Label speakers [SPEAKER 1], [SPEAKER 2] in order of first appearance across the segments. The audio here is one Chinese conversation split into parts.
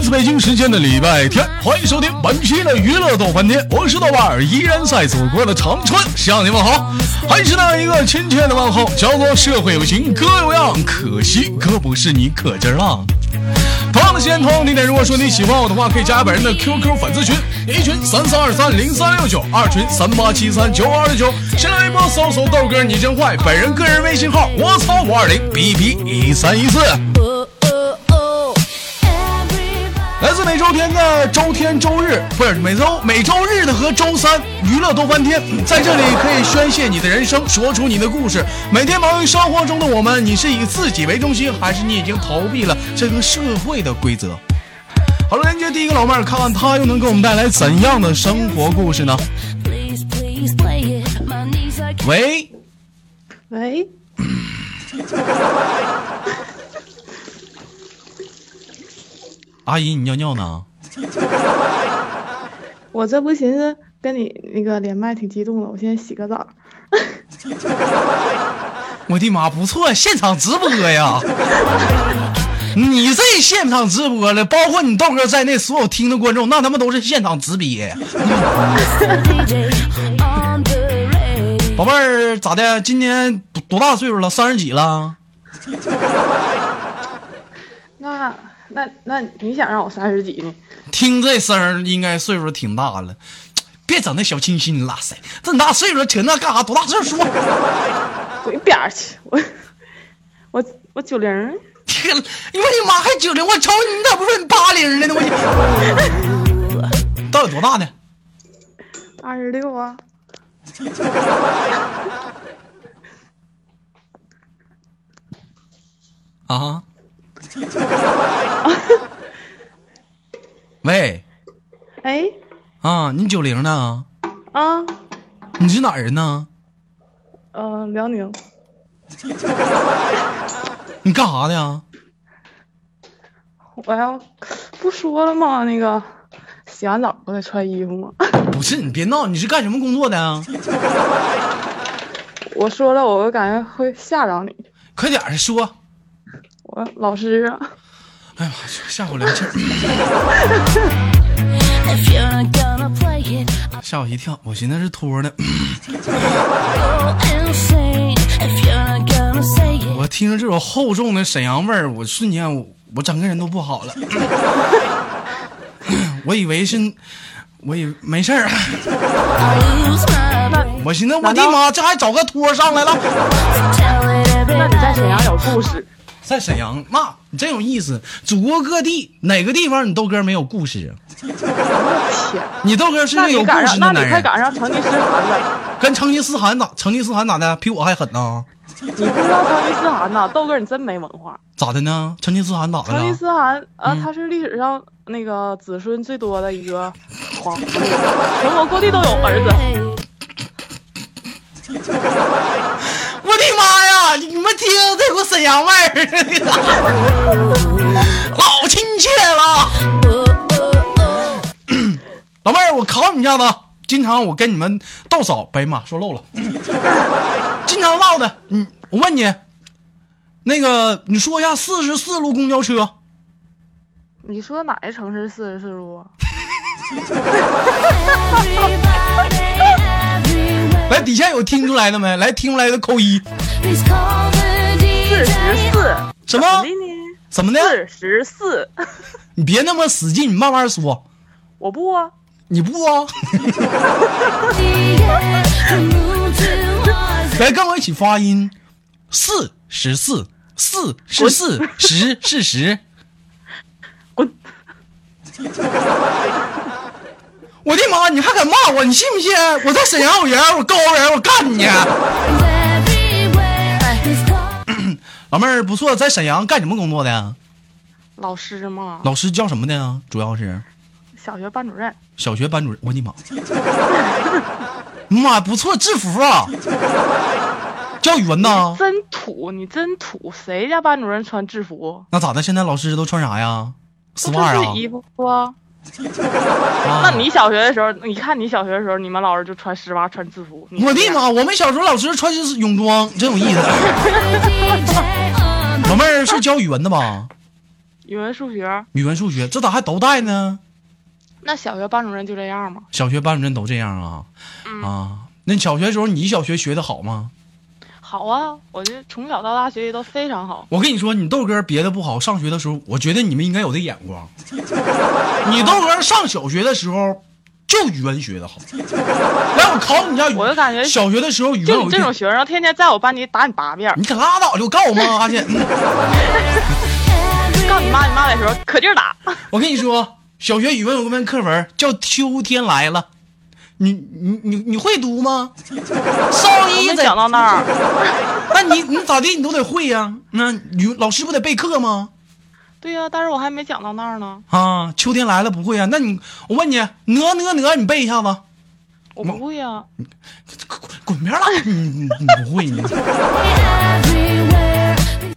[SPEAKER 1] 自北京时间的礼拜天，欢迎收听本期的娱乐逗翻天，我是豆瓣儿，依然在祖国的长春向你问好，还是那一个亲切的问候，叫做社会有型哥有样，可惜哥不是你可劲儿浪。同样的时间，同样的地点。如果说你喜欢我的话，可以加本人的 QQ 粉丝群，一群三三二三零三六九，二群三八七三九二六九。新浪微博搜索豆哥你真坏，本人个人微信号我操五二零 B B 一三一四。
[SPEAKER 2] Oh, oh, oh, everybody.
[SPEAKER 1] 来自每周天的周天周日，不是每周每周日的和周三娱乐都翻天，在这里可以宣泄你的人生，说出你的故事。每天忙于生活中的我们，你是以自己为中心，还是你已经逃避了这个社会的规则？好了，连接第一个老妹儿，看看她又能给我们带来怎样的生活故事呢？
[SPEAKER 2] Please, please play it. My knees are
[SPEAKER 1] 喂，
[SPEAKER 3] 喂，
[SPEAKER 1] 阿姨，你尿尿呢？
[SPEAKER 3] 我这不寻思跟你那个连麦挺激动的，我先洗个 澡。
[SPEAKER 1] 我的妈，不错，现场直播呀！你这现场直播了，包括你豆哥在内所有听的观众，那他妈都是现场直憋。
[SPEAKER 2] DJ on the radio.
[SPEAKER 1] 宝贝儿，咋的？今年多多大岁数了？三十几了？
[SPEAKER 3] 那那那你想让我三十几呢？
[SPEAKER 1] 听这声儿，应该岁数挺大了。别整那小清新拉塞，这么大岁数了扯那干啥？多大岁数说？
[SPEAKER 3] 滚一边儿去！我我我九零儿，
[SPEAKER 1] 天，哎呦我的妈，还九零！我瞅你，你咋不说你八零了呢？我去，到底多大呢？
[SPEAKER 3] 二十六啊，
[SPEAKER 1] 啊？ 喂，
[SPEAKER 3] 哎
[SPEAKER 1] 啊，你九零呢？
[SPEAKER 3] 啊，
[SPEAKER 1] 你是哪儿人呢？
[SPEAKER 3] 呃，辽宁，
[SPEAKER 1] 你干啥的呀？
[SPEAKER 3] 我要不说了吗？那个洗完澡不得穿衣服吗？
[SPEAKER 1] 不是，你别闹，你是干什么工作的呀？
[SPEAKER 3] 我说了，我感觉会吓着你。
[SPEAKER 1] 快点儿说。
[SPEAKER 3] 我老师啊，
[SPEAKER 1] 哎呀妈，吓我两气儿，
[SPEAKER 2] If you're not gonna play it,
[SPEAKER 1] 吓我一跳，我寻思是托呢。
[SPEAKER 2] I'll go insane. If you're not gonna say it,
[SPEAKER 1] 我听着这种厚重的沈阳味儿，我瞬间我我整个人都不好了。 我以为是，我以为没事儿，
[SPEAKER 2] I'll lose my brain.
[SPEAKER 1] 我寻思我的妈，这还找个托上来了。
[SPEAKER 2] Tell it
[SPEAKER 3] 那你在沈
[SPEAKER 2] everybody.
[SPEAKER 3] 阳有故事？
[SPEAKER 1] 在沈阳，那你真有意思。祖国各地哪个地方你豆哥没有故事啊？
[SPEAKER 3] 天，
[SPEAKER 1] 你豆哥是
[SPEAKER 3] 那
[SPEAKER 1] 个有
[SPEAKER 3] 你
[SPEAKER 1] 故
[SPEAKER 3] 赶
[SPEAKER 1] 事
[SPEAKER 3] 上，
[SPEAKER 1] 的男
[SPEAKER 3] 那你快
[SPEAKER 1] 人，
[SPEAKER 3] 赶上成吉思汗了。
[SPEAKER 1] 啊跟成吉思汗咋？成吉思汗咋的？比我还狠呢？
[SPEAKER 3] 你不知道成吉思汗呐，豆哥，你真没文化。
[SPEAKER 1] 咋的呢？成吉思汗咋的
[SPEAKER 3] 成吉
[SPEAKER 1] 了？
[SPEAKER 3] 思汗啊，他是历史上那个子孙最多的一个皇帝，全国各地都有儿子。
[SPEAKER 1] 我的妈呀！你们听，这有沈阳味儿，老亲切了。
[SPEAKER 2] Oh, oh, oh.
[SPEAKER 1] 老妹儿，我考你一下子啊。经常我跟你们豆嫂，哎呀妈，说漏 了，经常唠的。嗯，我问你，那个你说一下四十四路公交车，
[SPEAKER 3] 你说哪个城市四十四路啊？
[SPEAKER 2] Everybody, everywhere.
[SPEAKER 1] 来底下有听出来的没？来听出来的扣一。
[SPEAKER 2] Please call the
[SPEAKER 3] 四十
[SPEAKER 2] DJ.
[SPEAKER 3] 四，
[SPEAKER 1] 什
[SPEAKER 3] 怎
[SPEAKER 1] 么
[SPEAKER 3] 么的？呢？
[SPEAKER 1] 怎么的？
[SPEAKER 3] 四十四，
[SPEAKER 1] 你别那么使劲，你慢慢说。
[SPEAKER 3] 我不啊，
[SPEAKER 1] 你不啊？
[SPEAKER 2] Move towards
[SPEAKER 1] 来跟我一起发音，四十四，四是四，十是十。
[SPEAKER 3] 滚！
[SPEAKER 1] 我的妈！你还敢骂我？你信不信？我在沈阳有人，我高人，我干你！啊
[SPEAKER 2] everywhere. Please call
[SPEAKER 1] 老妹儿不错，在沈阳干什么工作的呀？
[SPEAKER 3] 老师嘛，
[SPEAKER 1] 老师教什么的呀？主要是
[SPEAKER 3] 小学班主任，
[SPEAKER 1] 小学班主任。我的妈！ 妈，不错，制服啊！教语文呐？
[SPEAKER 3] 真土，你真土，谁家班主任穿制服？
[SPEAKER 1] 那咋的？现在老师都穿啥呀？丝
[SPEAKER 3] 这
[SPEAKER 1] 袜啊
[SPEAKER 3] 是？衣服啊？
[SPEAKER 1] 啊
[SPEAKER 3] 那你小学的时候，你看你小学的时候，你们老师就穿丝袜、穿制服。你
[SPEAKER 1] 我
[SPEAKER 3] 这
[SPEAKER 1] 的
[SPEAKER 3] 样！
[SPEAKER 1] 妈！我们小时候老师穿的是泳装，真有意思。
[SPEAKER 2] the DJ on
[SPEAKER 1] 老妹儿是教语文的吧？
[SPEAKER 3] 语文、数学，
[SPEAKER 1] 语文、数学，这咋还都带呢？
[SPEAKER 3] 那小学班主任就这样吗？
[SPEAKER 1] 小学班主任都这样啊？
[SPEAKER 3] 嗯
[SPEAKER 1] 啊，那小学时候你小学学的好吗？
[SPEAKER 3] 好啊，我就从小到大学习都非常好。
[SPEAKER 1] 我跟你说，你豆哥别的不好，上学的时候，我觉得你们应该有这眼 光。你豆哥上小学的时候，就语文学的好。来，我考你一下语，
[SPEAKER 3] 我就感觉
[SPEAKER 1] 小学的时候语文
[SPEAKER 3] 就
[SPEAKER 1] 有
[SPEAKER 3] 你
[SPEAKER 1] 一
[SPEAKER 3] 这
[SPEAKER 1] 天
[SPEAKER 3] 种学生，天天在我班级打你八遍，
[SPEAKER 1] 你可拉倒就告我妈去！
[SPEAKER 3] 告你妈你妈的时候可劲儿打。
[SPEAKER 1] 我跟你说，小学语文有个门课文叫《秋天来了》，你你你你会读吗？ 上
[SPEAKER 3] 我
[SPEAKER 1] 一
[SPEAKER 3] 没
[SPEAKER 1] 在
[SPEAKER 3] 想到那 儿，
[SPEAKER 1] 那你你咋地你都得会呀、那语老师不得备课吗？
[SPEAKER 3] 对呀、但是我还没讲到那儿呢，
[SPEAKER 1] 啊，秋天来了不会啊？那你我问你，哪哪哪你背一下子，
[SPEAKER 3] 我不会呀、
[SPEAKER 1] 滚滚边儿了！你你你不会你？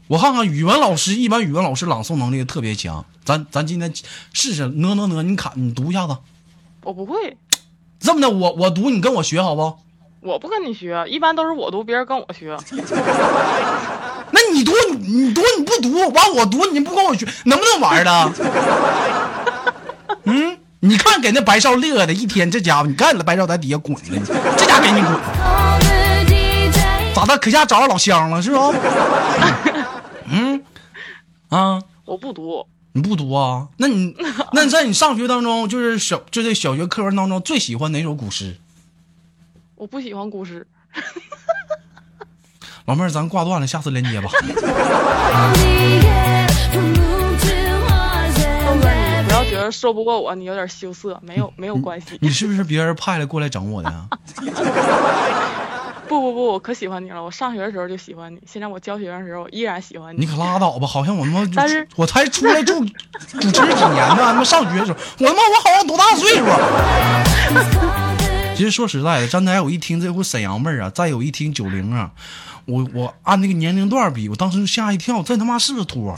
[SPEAKER 1] 我看看语文老师，一般语文老师朗诵能力特别强。咱咱今天试试哪哪哪，你看你读一下子。
[SPEAKER 3] 我不会，
[SPEAKER 1] 这么的，我我读你跟我学好不好？
[SPEAKER 3] 我不跟你学，一般都是我读，别人跟我学。
[SPEAKER 1] 那你读你你读你不读，完我读你不跟我学，能不能玩了？嗯，你看给那白少乐的，一天这家伙，你看了白少在底下滚呢，这家伙给你滚，咋的？可下找着老乡了是不？嗯，啊，
[SPEAKER 3] 我不读，
[SPEAKER 1] 你不读啊？那你那你在你上学当中，就是小就这小学课文当中最喜欢哪首古诗？
[SPEAKER 3] 我不喜欢古诗。
[SPEAKER 1] 老妹儿，咱挂断了，下次连接吧。
[SPEAKER 3] 豆哥，你不要觉得说不过我，你有点羞涩，没有没有关系。
[SPEAKER 1] 你是不是别人派来过来整我的呀？
[SPEAKER 3] 不不不，我可喜欢你了，我上学的时候就喜欢你，现在我教学生的时候我依然喜欢
[SPEAKER 1] 你
[SPEAKER 3] 你。
[SPEAKER 1] 可拉倒吧！好像我他妈就
[SPEAKER 3] 但是
[SPEAKER 1] 我才出来住主持几年呢，他妈上学的时候，我他妈我好像多大岁数啊？ 其实说实在的，刚才我一听这回沈阳妹儿啊，再有一听九零啊，我我按那个年龄段比，我当时吓一跳，这他妈是不是托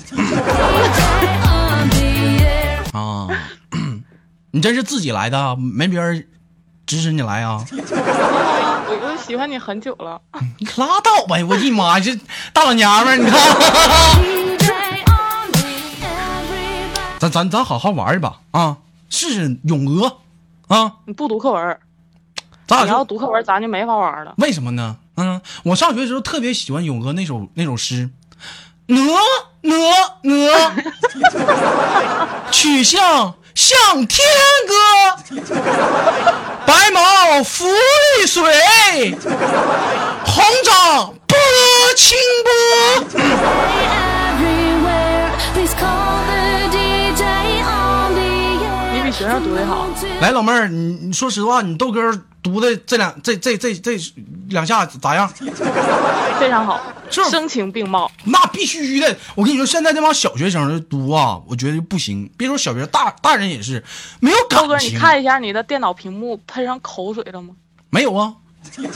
[SPEAKER 1] 啊？ 你真是自己来的啊，没别人指使你来啊？
[SPEAKER 3] 我我喜欢你很久了，
[SPEAKER 1] 你可拉倒吧！我的妈呀，这大老娘们儿，你看。 咱咱咱好好玩一把啊！试试咏鹅啊！
[SPEAKER 3] 你不读课文，
[SPEAKER 1] 咱
[SPEAKER 3] 你
[SPEAKER 1] 俩
[SPEAKER 3] 要
[SPEAKER 1] 就
[SPEAKER 3] 读课文咱就没法玩了。
[SPEAKER 1] 为什么呢？嗯，我上学的时候特别喜欢咏鹅那首那首诗，哪哪哪， 曲项向天歌，白毛浮绿水，红掌拨清波。
[SPEAKER 3] 你比学生读的好，
[SPEAKER 1] 来，老妹儿，你你说实话，你豆哥读的这两这这这这两下咋样？
[SPEAKER 3] 非常好，
[SPEAKER 1] 是
[SPEAKER 3] 声情并茂。
[SPEAKER 1] 那必须的！我跟你说，现在这帮小学生读啊，我觉得不行。别说小学，大大人也是没有感
[SPEAKER 3] 豆哥，你
[SPEAKER 1] 情。
[SPEAKER 3] 看一下你的电脑屏幕喷上口水了吗？
[SPEAKER 1] 没有啊？
[SPEAKER 3] 怎么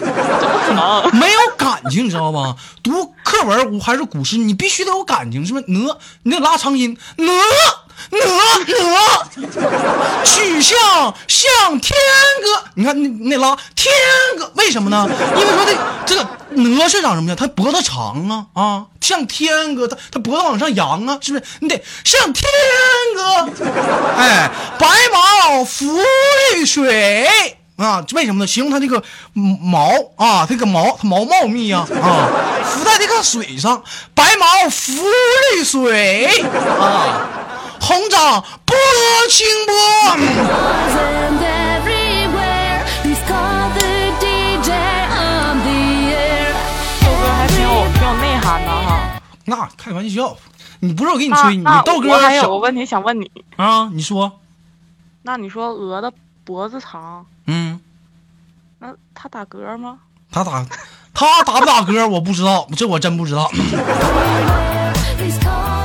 [SPEAKER 3] 可能？
[SPEAKER 1] 没有感情，你知道吧？读课文还是古诗，你必须得有感情，是不是？哪，你得拉长音，哪哪哪，曲项向天歌。你看，你你得拉天歌，为什么呢？因为说这这个哪是长什么样？它脖子长啊啊，像天歌，它它脖子往上扬啊，是不是？你得像天歌，哎，白毛浮绿水。啊，为什么呢？形容它这个嗯毛啊，这个毛它毛茂密啊啊，浮在这个水上，白毛浮绿水啊，红掌拨清波。
[SPEAKER 3] 豆哥还挺有挺有内涵的哈。
[SPEAKER 1] 那开玩笑，你不是我 给你
[SPEAKER 3] 那
[SPEAKER 1] 吹，你
[SPEAKER 3] 啊那
[SPEAKER 1] 豆
[SPEAKER 3] 我
[SPEAKER 1] 哥
[SPEAKER 3] 还有个
[SPEAKER 1] 小
[SPEAKER 3] 问题想问你，
[SPEAKER 1] 啊，你说，
[SPEAKER 3] 那你说鹅的脖子长，
[SPEAKER 1] 嗯，
[SPEAKER 3] 那它打嗝吗？
[SPEAKER 1] 他打他打不打嗝我不知道，这我真不知道。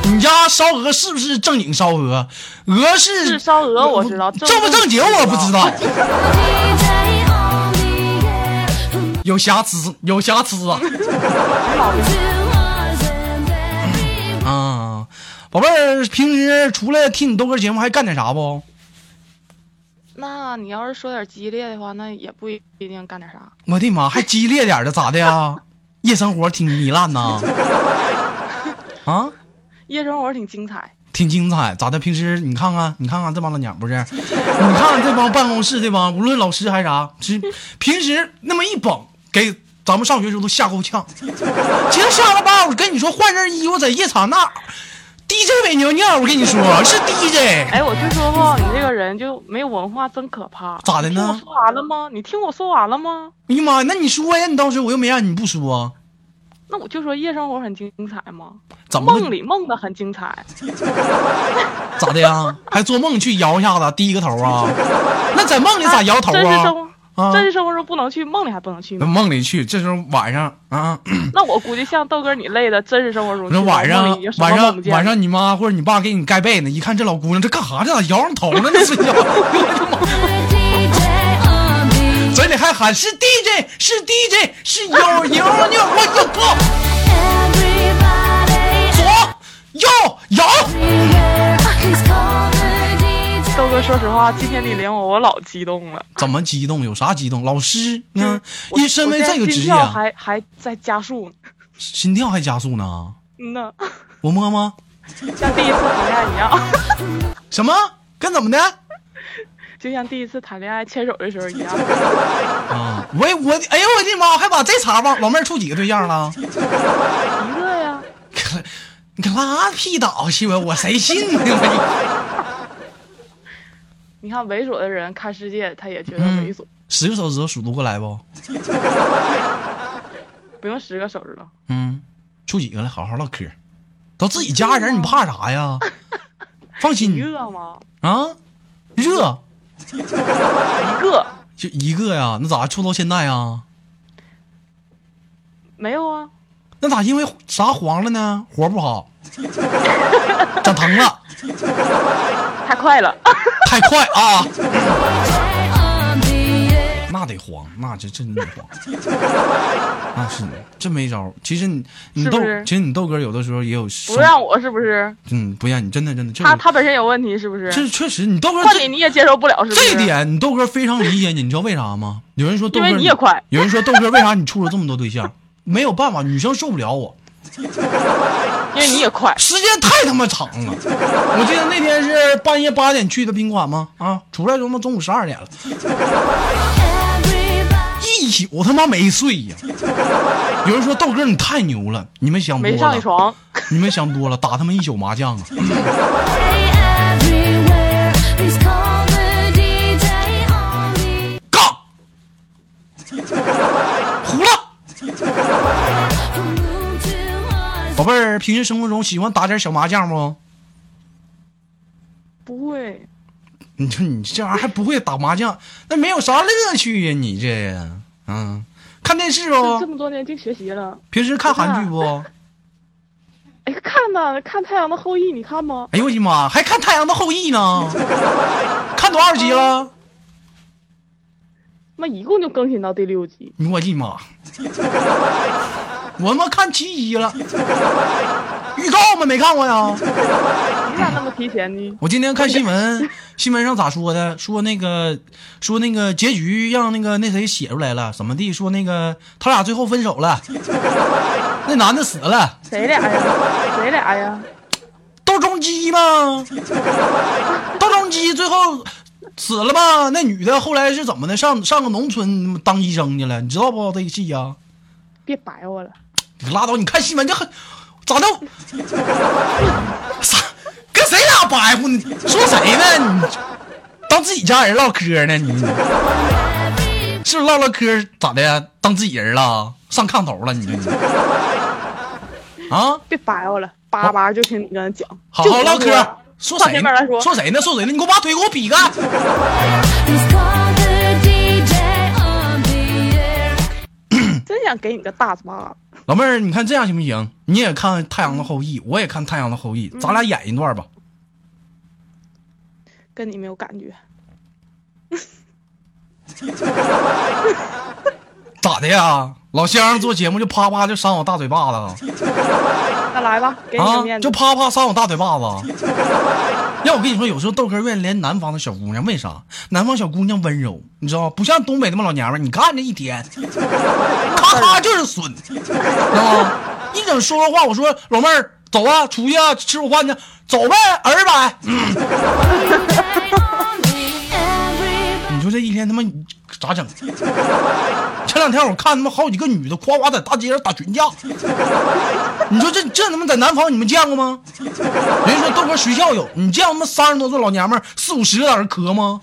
[SPEAKER 1] 你家烧鹅是不是正经烧鹅？鹅是
[SPEAKER 3] 是烧鹅我知道
[SPEAKER 1] 正不
[SPEAKER 3] 正不
[SPEAKER 1] 正经我不知道。有瑕疵，有瑕疵啊！啊，宝贝儿，平时除了听你豆哥节目，还干点啥不？
[SPEAKER 3] 那你要是说点激烈的话，那也不一定干点啥。
[SPEAKER 1] 我的妈，还激烈点儿的咋的呀？ 夜生活挺糜烂呐！啊，
[SPEAKER 3] 夜生活挺精彩，
[SPEAKER 1] 挺精彩。啊咋的？平时你看看，你看看这帮老鸟不是？ 你看看这帮办公室这帮，无论老师还是啥，是平时那么一捧，给咱们上学时候都吓够呛。今天下了班，我跟你说换身衣服在夜场那儿，DJ 伪娘娘，我跟你说是 DJ。
[SPEAKER 3] 哎，我就说哈，你这个人就没有文化，真可怕。
[SPEAKER 1] 咋的呢
[SPEAKER 3] 你听我说完了吗？你听我说完了吗？
[SPEAKER 1] 哎呀妈呀，那你说呀？你当时我又没让你不说，
[SPEAKER 3] 那我就说夜生活很精彩吗？
[SPEAKER 1] 怎么
[SPEAKER 3] 梦
[SPEAKER 1] 会
[SPEAKER 3] 里梦的很精彩，
[SPEAKER 1] 咋的呀？还做梦去摇一下子，低一个头啊？那在梦里咋摇头
[SPEAKER 3] 真实
[SPEAKER 1] 啊？
[SPEAKER 3] 生活、
[SPEAKER 1] 啊
[SPEAKER 3] 真实生活中不能去，梦里还不能去
[SPEAKER 1] 那
[SPEAKER 3] 吗？
[SPEAKER 1] 梦里去，这时候晚上啊，
[SPEAKER 3] 那我估计像豆哥你类的，真实生活中
[SPEAKER 1] 那
[SPEAKER 3] 去
[SPEAKER 1] 晚
[SPEAKER 3] 梦
[SPEAKER 1] 上
[SPEAKER 3] 里已经什么
[SPEAKER 1] 晚
[SPEAKER 3] 都
[SPEAKER 1] 上
[SPEAKER 3] 不见
[SPEAKER 1] 晚
[SPEAKER 3] 了
[SPEAKER 1] 上你妈或者你爸给你盖被呢，一看这老姑娘这干啥？这咋摇上头了 呢？睡觉，嘴里还喊是 DJ 是 DJ 是摇摇呢，我摇靠左右摇。
[SPEAKER 3] 豆哥，说实话，今天你连我，我老激动了。
[SPEAKER 1] 怎么激动？有啥激动？老师呢？
[SPEAKER 3] 我
[SPEAKER 1] 因为身为
[SPEAKER 3] 我
[SPEAKER 1] 这
[SPEAKER 3] 现在
[SPEAKER 1] 个职
[SPEAKER 3] 心
[SPEAKER 1] 业
[SPEAKER 3] 跳
[SPEAKER 1] 啊，
[SPEAKER 3] 还还在加速呢。
[SPEAKER 1] 心跳还加速呢。
[SPEAKER 3] 嗯呐，
[SPEAKER 1] 我摸摸，
[SPEAKER 3] 像第一次谈恋爱一样，
[SPEAKER 1] 什么？跟怎么的？
[SPEAKER 3] 就像第一次谈恋爱牵手的时候一样。
[SPEAKER 1] 啊！我也我哎呦我的妈！还把这茬吧，老妹儿处几个对象了？
[SPEAKER 3] 一个呀，
[SPEAKER 1] 你可拉屁倒去吧！我谁信呢？我
[SPEAKER 3] 你看猥琐的人看世界，他也觉得
[SPEAKER 1] 嗯
[SPEAKER 3] 猥琐。
[SPEAKER 1] 十个手指头数得过来不？
[SPEAKER 3] 不用十个手指头，
[SPEAKER 1] 嗯，处几个了？好好唠嗑。都自己家人，你怕啥 呀？放
[SPEAKER 3] 一
[SPEAKER 1] 心
[SPEAKER 3] 个吗？
[SPEAKER 1] 啊，热
[SPEAKER 3] 一个
[SPEAKER 1] 就一个呀？那咋处到现在呀？
[SPEAKER 3] 没有啊？
[SPEAKER 1] 那咋因为啥黄了呢？活不好，长疼了，
[SPEAKER 3] 太快了，
[SPEAKER 1] 太快啊！那得黄，那这真得黄，那是真没招儿。其实你你
[SPEAKER 3] 是
[SPEAKER 1] 豆
[SPEAKER 3] 不是，
[SPEAKER 1] 其实你豆哥有的时候也有
[SPEAKER 3] 不让我是不是？
[SPEAKER 1] 嗯不让你真的真的这
[SPEAKER 3] 他
[SPEAKER 1] 个
[SPEAKER 3] 他本身有问题是不是？
[SPEAKER 1] 这确实你豆哥
[SPEAKER 3] 换
[SPEAKER 1] 这
[SPEAKER 3] 你你也接受不了是不是？
[SPEAKER 1] 这一点你豆哥非常理解你，你知道为啥吗？有人说豆
[SPEAKER 3] 因
[SPEAKER 1] 哥
[SPEAKER 3] 为你也快
[SPEAKER 1] 有人说豆哥为啥你处了这么多对象？没有办法，女生受不了我，
[SPEAKER 3] 因为你也快，
[SPEAKER 1] 时间太他妈长了。我记得那天是半夜八点去的宾馆吗？啊，出来他妈中午十二点了，一宿他妈没睡呀。有人说豆哥你太牛了，你们想多
[SPEAKER 3] 没
[SPEAKER 1] 了。
[SPEAKER 3] 上一床。
[SPEAKER 1] 你们想多了，打他们一宿麻将啊！杠， 胡了。宝贝儿，平时生活中喜欢打点小麻将不？
[SPEAKER 3] 不会，
[SPEAKER 1] 你说你这玩意儿还不会打麻将，那没有啥乐趣呀、你这，嗯，看电视
[SPEAKER 3] 这这
[SPEAKER 1] 不？
[SPEAKER 3] 么多年净学习了。
[SPEAKER 1] 平时看韩剧不？
[SPEAKER 3] 哎，看呐，看《太阳的后裔》，你看吗？
[SPEAKER 1] 哎呦我的妈，还看《太阳的后裔》呢？看多少集了？
[SPEAKER 3] 那一共就更新到第六集。
[SPEAKER 1] 我的妈！我他妈看七集了，预告吗？没看过呀？
[SPEAKER 3] 你咋那么提前呢？
[SPEAKER 1] 我今天看新闻，新闻上咋说的？说那个，说那个结局让那个那谁写出来了，怎么地？说那个他俩最后分手了，那男的死了，
[SPEAKER 3] 谁俩呀？谁俩呀？
[SPEAKER 1] 斗中基吗？ 斗中基最后死了吧？那女的后来是怎么的？上上个农村当医生去了，你知道不？这个戏呀、
[SPEAKER 3] 别白我了，
[SPEAKER 1] 你拉倒！你看新闻这很咋的？ 啥？跟谁俩白乎呢？说谁呢？你当自己家人唠嗑呢？你是不是唠唠嗑咋的呀？当自己人了？上炕头了？你这你啊？
[SPEAKER 3] 别白我了，叭叭就听你跟他讲，
[SPEAKER 1] 好
[SPEAKER 3] 就
[SPEAKER 1] 好
[SPEAKER 3] 你
[SPEAKER 1] 唠
[SPEAKER 3] 跟我
[SPEAKER 1] 嗑。说
[SPEAKER 3] 放
[SPEAKER 1] 谁
[SPEAKER 3] 前
[SPEAKER 1] 呢
[SPEAKER 3] 面来？说，
[SPEAKER 1] 说谁呢？说谁呢？你给我把腿给我比开！嗯
[SPEAKER 3] 真想给你个大巴子。
[SPEAKER 1] 老妹儿，你看这样行不行？你也看《太阳的后裔》，我也看《太阳的后裔》，咱俩演一段吧。
[SPEAKER 3] 跟你没有感觉，
[SPEAKER 1] 咋的呀？老乡做节目就啪啪就扇我大嘴巴子。
[SPEAKER 3] 那来吧，给你个面子。
[SPEAKER 1] 啊就啪啪扇我大嘴巴子。 要我跟你说，有时候豆哥愿意连南方的小姑娘，为啥？南方小姑娘温柔，你知道吗？不像东北那帮老娘们儿，你看这一 天，咔咔就是损，知道吗？一整说说话，我说老妹儿走啊，出去啊，吃午饭去，走呗，二百。你说这一天他妈你咋整？前两天我看他妈好几个女的夸夸在大街上打群架，你说这这他妈在南方你们见过吗？人家说豆哥学校有，你见过他妈三十多岁老娘们儿四五十在那磕吗？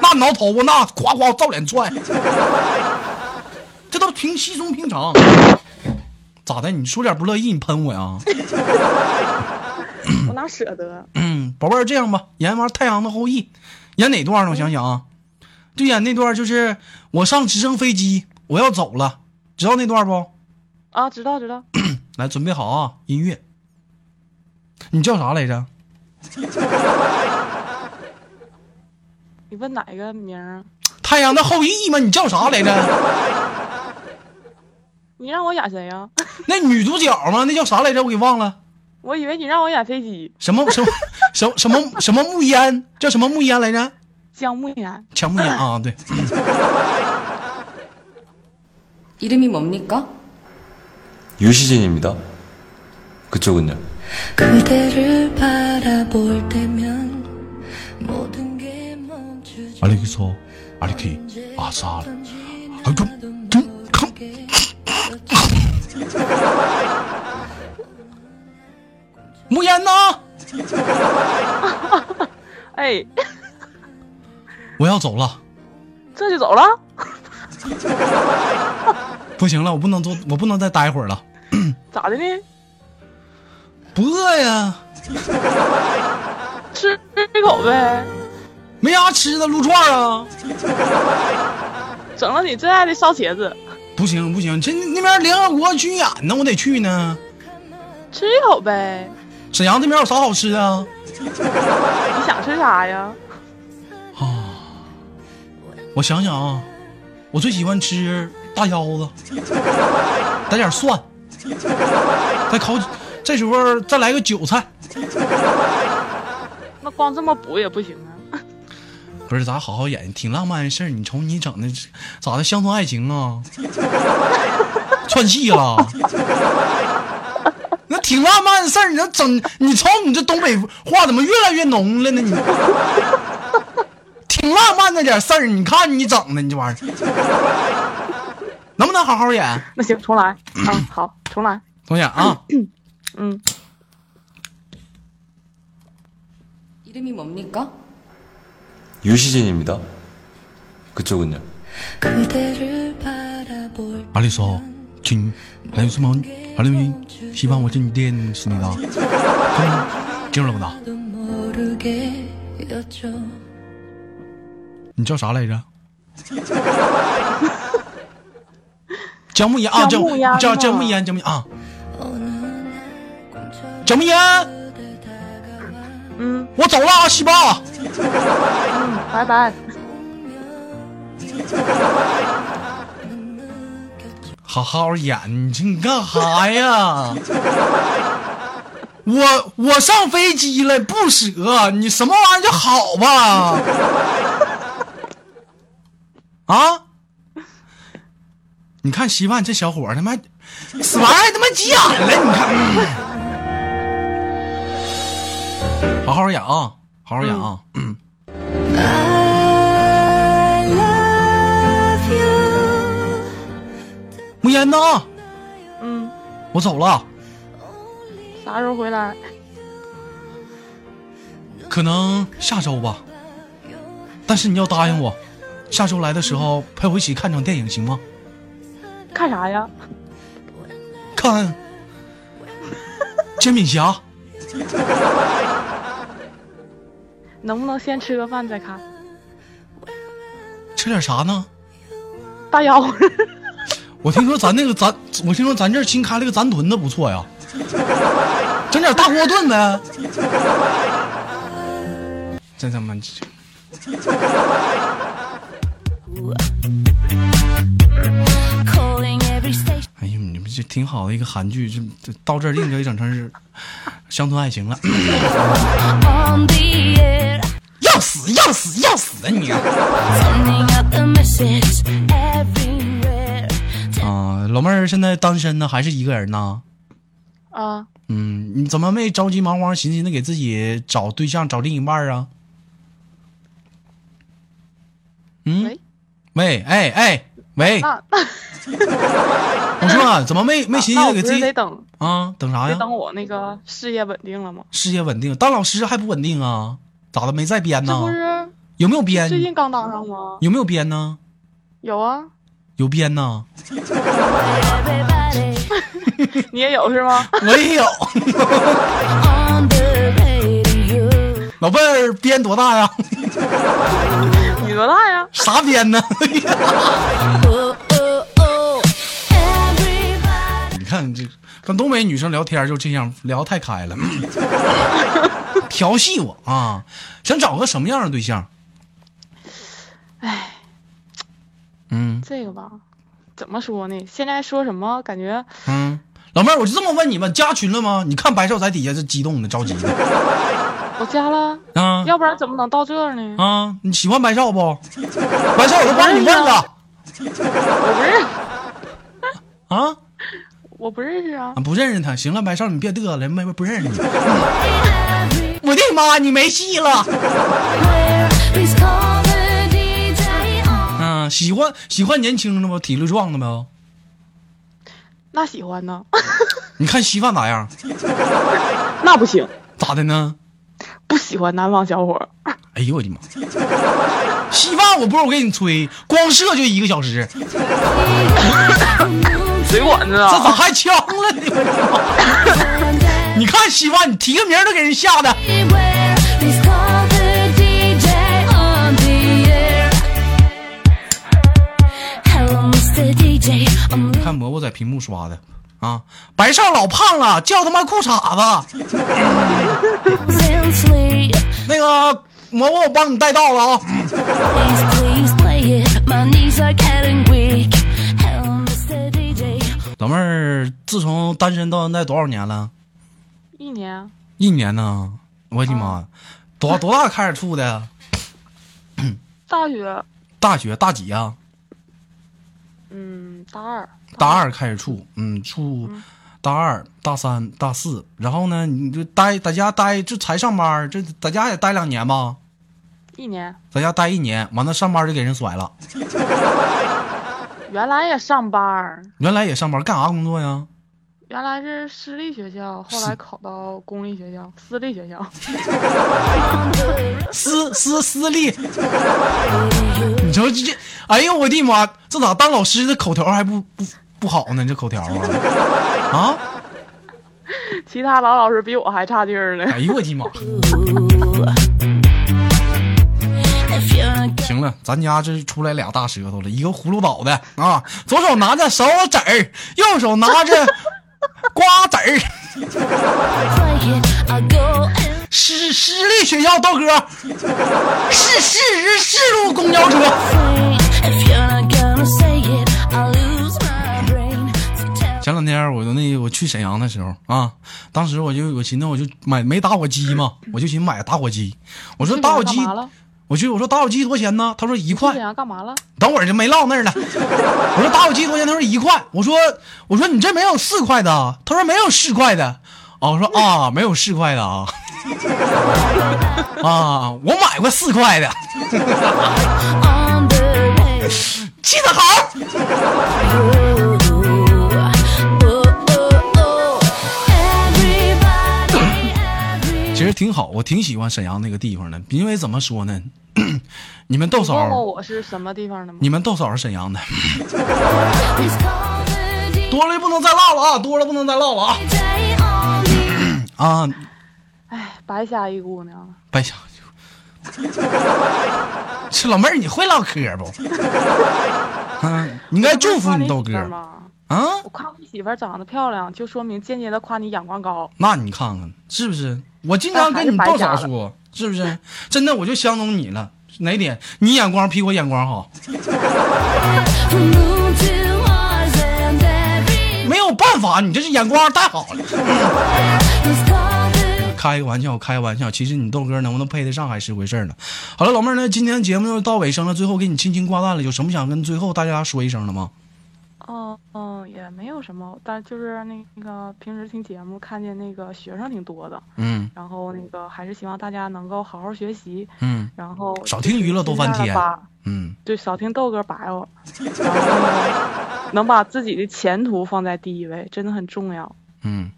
[SPEAKER 1] 那挠头发那夸夸照脸踹，这都平稀松平常。咋的？你说点不乐意，你喷我呀？
[SPEAKER 3] 我哪舍得？啊
[SPEAKER 1] 嗯，宝贝儿，这样吧，演完《太阳的后裔》，演哪段呢？我想想啊，就演那段，就是我上直升飞机，我要走了，知道那段不？
[SPEAKER 3] 啊，知道知道，
[SPEAKER 1] 来，准备好啊，音乐。你叫啥来着？
[SPEAKER 3] 你问哪个名儿？啊
[SPEAKER 1] 太阳的后裔吗？你叫啥来着？
[SPEAKER 3] 你让我演谁呀？
[SPEAKER 1] 那女主角吗？那叫啥来着？我给忘了。
[SPEAKER 3] 我以为你让我演飞机，
[SPEAKER 1] 什么什么 什么什么什么木烟？叫什么木烟来着？
[SPEAKER 3] 姜慕言。
[SPEAKER 1] 强木烟啊，对。
[SPEAKER 4] 이름이 뭡니까?
[SPEAKER 5] 유시진입니다. 그쪽은요?
[SPEAKER 6] 그대를 바라볼 때면 모든 게 멈추지
[SPEAKER 1] 그 알렉소, 알렉티, 아살. 아이고, 등, 캄.木烟呢？
[SPEAKER 3] 哎，
[SPEAKER 1] 我要走了，
[SPEAKER 3] 这就走了？
[SPEAKER 1] 不行了，我不能多，我不能再待一会儿了，
[SPEAKER 3] 咋的呢？
[SPEAKER 1] 不饿呀，
[SPEAKER 3] 吃吃一口呗，
[SPEAKER 1] 没啥吃的，撸串啊。
[SPEAKER 3] 整了你最爱的烧茄子，
[SPEAKER 1] 不行不行，这那边联合国军演呢，我得去呢。
[SPEAKER 3] 吃一口呗。
[SPEAKER 1] 沈阳这边有啥好吃的啊？
[SPEAKER 3] 你想吃啥呀？
[SPEAKER 1] 我想想啊，我最喜欢吃大腰子，来点蒜，再烤，这时候再来个韭菜。
[SPEAKER 3] 那光这么补也不行啊。
[SPEAKER 1] 不是，咱好好演，挺浪漫的事儿。你瞅你整的，咋的？乡村爱情啊，串戏了。 那挺浪漫的事儿，你这整，你瞅你这东北话怎么越来越浓了呢？你挺浪漫那点事儿，你看你整的，你这玩意儿，能不能好好演？
[SPEAKER 3] 那行，重来啊，好，重来。
[SPEAKER 1] 同学啊，
[SPEAKER 3] 嗯，
[SPEAKER 4] 이름이 뭡니까?
[SPEAKER 5] 유시진입니다. 그쪽은요?
[SPEAKER 6] 그대를 바라볼
[SPEAKER 1] 阿里说，请来什么？阿里，希望我今天是 你的，听懂了吗？
[SPEAKER 6] 때도 모르게 였죠
[SPEAKER 1] 你叫啥来着？ 姜木烟啊，
[SPEAKER 3] 姜
[SPEAKER 1] 姜
[SPEAKER 3] 木烟吗
[SPEAKER 1] 姜姜木烟，姜木烟啊，
[SPEAKER 6] 어느 날 꿈처럼
[SPEAKER 1] 姜木烟，
[SPEAKER 6] 그대 다가와
[SPEAKER 3] 嗯
[SPEAKER 1] 我走了啊，西巴。
[SPEAKER 3] 拜拜。
[SPEAKER 6] 느꼈죠
[SPEAKER 1] 好好演，你这你干哈呀？ 我我上飞机了，不舍，你什么玩意儿叫好吧？ 啊？你看稀饭这小伙儿他妈死玩意儿他妈急眼了，你看。好好演啊，好好演啊！
[SPEAKER 6] I love you
[SPEAKER 1] 木烟呢？
[SPEAKER 3] 嗯，
[SPEAKER 1] 我走了，
[SPEAKER 3] 啥时候回来？
[SPEAKER 1] 可能下周吧。但是你要答应我，下周来的时候陪我一起看场电影行吗？
[SPEAKER 3] 看啥呀？
[SPEAKER 1] 看《煎饼侠》。
[SPEAKER 3] 能不能先吃个饭再看？
[SPEAKER 1] 吃点啥呢？
[SPEAKER 3] 大腰，
[SPEAKER 1] 我听说咱那个咱，我听说咱这儿新开了个咱屯子不错呀，整点大锅炖呗。真他妈，
[SPEAKER 2] Calling every station.
[SPEAKER 1] 哎呦，你们这挺好的一个韩剧，这这到这儿另一个一整成是乡村爱情了，
[SPEAKER 2] on the air,
[SPEAKER 1] 要死要死要死啊你啊！
[SPEAKER 2] sending out the message everywhere.
[SPEAKER 1] 啊，老妹儿现在单身呢，还是一个人呢？
[SPEAKER 3] 啊，
[SPEAKER 1] 嗯，你怎么没着急忙慌、寻思的给自己找对象、找另一半啊？嗯
[SPEAKER 3] 喂，
[SPEAKER 1] 喂，哎哎，喂，
[SPEAKER 3] 那那
[SPEAKER 1] 我说啊、怎么没没寻思
[SPEAKER 3] 那
[SPEAKER 1] 着
[SPEAKER 3] 我
[SPEAKER 1] 给
[SPEAKER 3] 不
[SPEAKER 1] 自
[SPEAKER 3] 是
[SPEAKER 1] 己
[SPEAKER 3] 得等
[SPEAKER 1] 啊？等啥
[SPEAKER 3] 得
[SPEAKER 1] 呀？
[SPEAKER 3] 等我那个事业稳定了吗？
[SPEAKER 1] 事业稳定，当老师还不稳定啊？咋的？没在编
[SPEAKER 3] 这
[SPEAKER 1] 呢
[SPEAKER 3] 不？是
[SPEAKER 1] 有没有编？
[SPEAKER 3] 最近刚当上吗？
[SPEAKER 1] 有没有编呢？
[SPEAKER 3] 有啊，
[SPEAKER 1] 有编呢？
[SPEAKER 2] Everybody
[SPEAKER 3] 你也有是吗？
[SPEAKER 1] 我也有。
[SPEAKER 2] on the radio.
[SPEAKER 1] 老妹儿编多大呀？
[SPEAKER 3] 你多大呀？
[SPEAKER 1] 啥编呢？
[SPEAKER 2] Oh, oh, oh. Everybody.
[SPEAKER 1] 你看这跟东北女生聊天就这样，聊太开了，调戏我啊！想找个什么样的对象？
[SPEAKER 3] 哎，
[SPEAKER 1] 嗯
[SPEAKER 3] 这个吧，怎么说呢？现在说什么感觉
[SPEAKER 1] 嗯，老妹儿，我就这么问你吧，加群了吗？你看白少在底下这激动的、着急的
[SPEAKER 3] 我加了，
[SPEAKER 1] 啊
[SPEAKER 3] 要不然怎么能到这儿呢？
[SPEAKER 1] 啊！你喜欢白少不？白少我都帮你问了
[SPEAKER 3] 我不认，
[SPEAKER 1] 啊！
[SPEAKER 3] 我不认识啊
[SPEAKER 1] 啊，。不认识他。行了，白少你别嘚了，妹妹不认识你。我的妈，你没戏了。
[SPEAKER 2] Please call the DJ on.
[SPEAKER 1] 嗯，喜欢喜欢年轻的不？体力壮的呗。
[SPEAKER 3] 那喜欢呢？
[SPEAKER 1] 你看稀饭咋样？
[SPEAKER 3] 那不行，
[SPEAKER 1] 咋的呢？
[SPEAKER 3] 不喜欢南方小伙儿。
[SPEAKER 1] 哎呦我的妈！稀饭我不是我给你吹，光射就一个小时，
[SPEAKER 3] 水管子
[SPEAKER 1] 这
[SPEAKER 3] 啊，
[SPEAKER 1] 咋还呛了呢？我的妈！ 你看稀饭，你提个名儿都给人吓的。
[SPEAKER 2] Beware. Please call the DJ on the air. Hello, Mr. DJ. I'm
[SPEAKER 1] 你看蘑菇在屏幕刷的啊，白少老胖了，叫他妈裤衩子。
[SPEAKER 2] losing sleep.
[SPEAKER 1] 那个蘑菇，我帮你带到了啊。
[SPEAKER 2] Please, please play it. My knees are getting weak. Hello, Mr. DJ.
[SPEAKER 1] 老妹儿，自从单身到现在多少年了？
[SPEAKER 3] 一年
[SPEAKER 1] 一年呢？我的妈！多多大开始处的？
[SPEAKER 3] 大学，
[SPEAKER 1] 大学大几啊？
[SPEAKER 3] 嗯，大二，
[SPEAKER 1] 大二开始处，嗯，处大二、大三、大四，然后呢，你就待在家待，这才上班儿，这在家也待两年吧，
[SPEAKER 3] 一年。
[SPEAKER 1] 在家待一年，完了上班就给人甩了。
[SPEAKER 3] 原来也上班儿，
[SPEAKER 1] 原来也上班，干啥工作呀？
[SPEAKER 3] 原来是私立学校，后来考到公立学校、私立学校。
[SPEAKER 1] 私私私立。你瞅这这，哎呦我的妈，这咋当老师的口条还不不不好呢？这口条啊啊！
[SPEAKER 3] 其他老老师比我还差劲儿呢。
[SPEAKER 1] 哎呦我的妈！
[SPEAKER 2] If you're a girl,
[SPEAKER 1] 行了，咱家这出来俩大舌头了，一个葫芦岛的啊，左手拿着勺子儿，右手拿着瓜子儿，
[SPEAKER 2] play it. I'll go and
[SPEAKER 1] 私私立学校道哥，是是是是路公交车。
[SPEAKER 2] sing. If you're not gonna say it, I'll lose my brain. So tell
[SPEAKER 1] 前两天我就那我去沈阳的时候啊，当时我就我寻思我就买没打火机嘛，我就寻思买打火机，我说打火机
[SPEAKER 3] 干嘛了？
[SPEAKER 1] 我去我说打火机多少钱呢？他说一块
[SPEAKER 3] 沈。阳干嘛了？
[SPEAKER 1] 等会儿就没唠那儿了。我说打火机多少钱？他说一块。我说我说你这没有四块的啊？他说没有四块的。啊，我说啊，没有四块的啊。 啊，我买过四块的，
[SPEAKER 2] on the radio.
[SPEAKER 1] 气得好。
[SPEAKER 2] Oh, oh, oh. Everybody, every-
[SPEAKER 1] 其实挺好，我挺喜欢沈阳那个地方的，因为怎么说呢， 你们豆
[SPEAKER 3] 你问
[SPEAKER 1] 嫂，
[SPEAKER 3] 过我是什么地方的吗？
[SPEAKER 1] 你们豆嫂是沈阳的，
[SPEAKER 2] please call the DJ
[SPEAKER 1] 多了就不能再唠了啊，多了不能再唠了啊
[SPEAKER 2] on the
[SPEAKER 1] 啊！
[SPEAKER 3] 哎，白瞎一姑娘了。
[SPEAKER 1] 白瞎这老妹儿，你会唠嗑不？嗯、你应
[SPEAKER 3] 哎
[SPEAKER 1] 该祝福你豆哥
[SPEAKER 3] 我夸媳妇儿嘛
[SPEAKER 1] 啊。
[SPEAKER 3] 我夸你媳妇儿长得漂亮，就说明间接的夸你眼光高。
[SPEAKER 1] 那你看看是不是？我经常跟你
[SPEAKER 3] 那还
[SPEAKER 1] 豆
[SPEAKER 3] 是白瞎
[SPEAKER 1] 嫂
[SPEAKER 3] 了
[SPEAKER 1] 说，是不是？真的，我就相中你了。哪点？你眼光比我眼光好，
[SPEAKER 2] We move to ours and every-
[SPEAKER 1] 没有办法，你这是眼光太好了。
[SPEAKER 2] Please call the
[SPEAKER 1] 开个玩笑，开个玩笑。其实你豆哥能不能配得上还是回事儿呢。好了，老妹儿呢，今天节目就到尾声了，最后给你轻轻挂断了，有什么想跟最后大家说一声的吗？
[SPEAKER 3] 嗯嗯，也没有什么，但就是那那个平时听节目看见那个学生挺多的，
[SPEAKER 1] 嗯
[SPEAKER 3] 然后那个还是希望大家能够好好学习，
[SPEAKER 1] 嗯
[SPEAKER 3] 然后
[SPEAKER 1] 少
[SPEAKER 3] 就是
[SPEAKER 1] 听娱乐多
[SPEAKER 3] 尽
[SPEAKER 1] 翻
[SPEAKER 3] 量
[SPEAKER 1] 天
[SPEAKER 3] 把
[SPEAKER 1] 嗯，
[SPEAKER 3] 对，少听豆哥白话，然后呢能把自己的前途放在第一位，真的很重要。
[SPEAKER 1] 嗯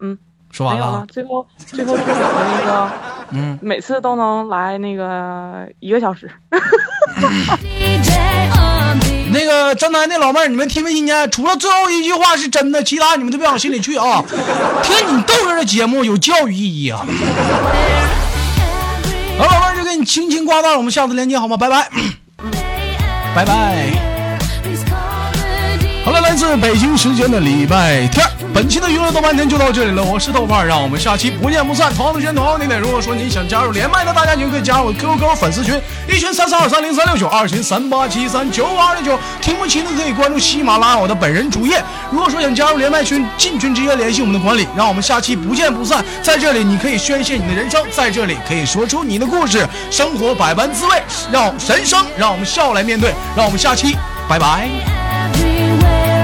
[SPEAKER 3] 嗯，
[SPEAKER 1] 说
[SPEAKER 3] 没
[SPEAKER 1] 完
[SPEAKER 3] 有
[SPEAKER 1] 了
[SPEAKER 3] 了，
[SPEAKER 1] 啊，
[SPEAKER 3] 最后最后祝你们那个
[SPEAKER 1] 嗯，
[SPEAKER 3] 每次都能来那个一个小时。
[SPEAKER 2] DJ on the
[SPEAKER 1] 那个张楠那老妹儿，你们听没听见？除了最后一句话是真的，其他你们都别往心里去啊！听你豆哥的节目有教育意义啊！好，老妹儿就给你轻轻挂断，我们下次连接好吗？拜拜，拜拜。
[SPEAKER 2] These comedies.
[SPEAKER 1] 好了，来自北京时间的礼拜天儿，本期的娱乐豆瓣天就到这里了。我是豆瓣儿，让我们下期不见不散。同样的时间，同样的地点。如果说您想加入连麦的大家群，可以加入我 QQ 粉丝群，一群三三二三零三六九，二群三八七三九五二六九。听不清的可以关注喜马拉雅我的本人主页。如果说想加入连麦群，进群直接联系我们的管理。让我们下期不见不散。在这里，你可以宣泄你的人生，在这里可以说出你的故事，生活百般滋味，让人生让我们笑来面对。让我们下期拜拜。
[SPEAKER 2] everywhere.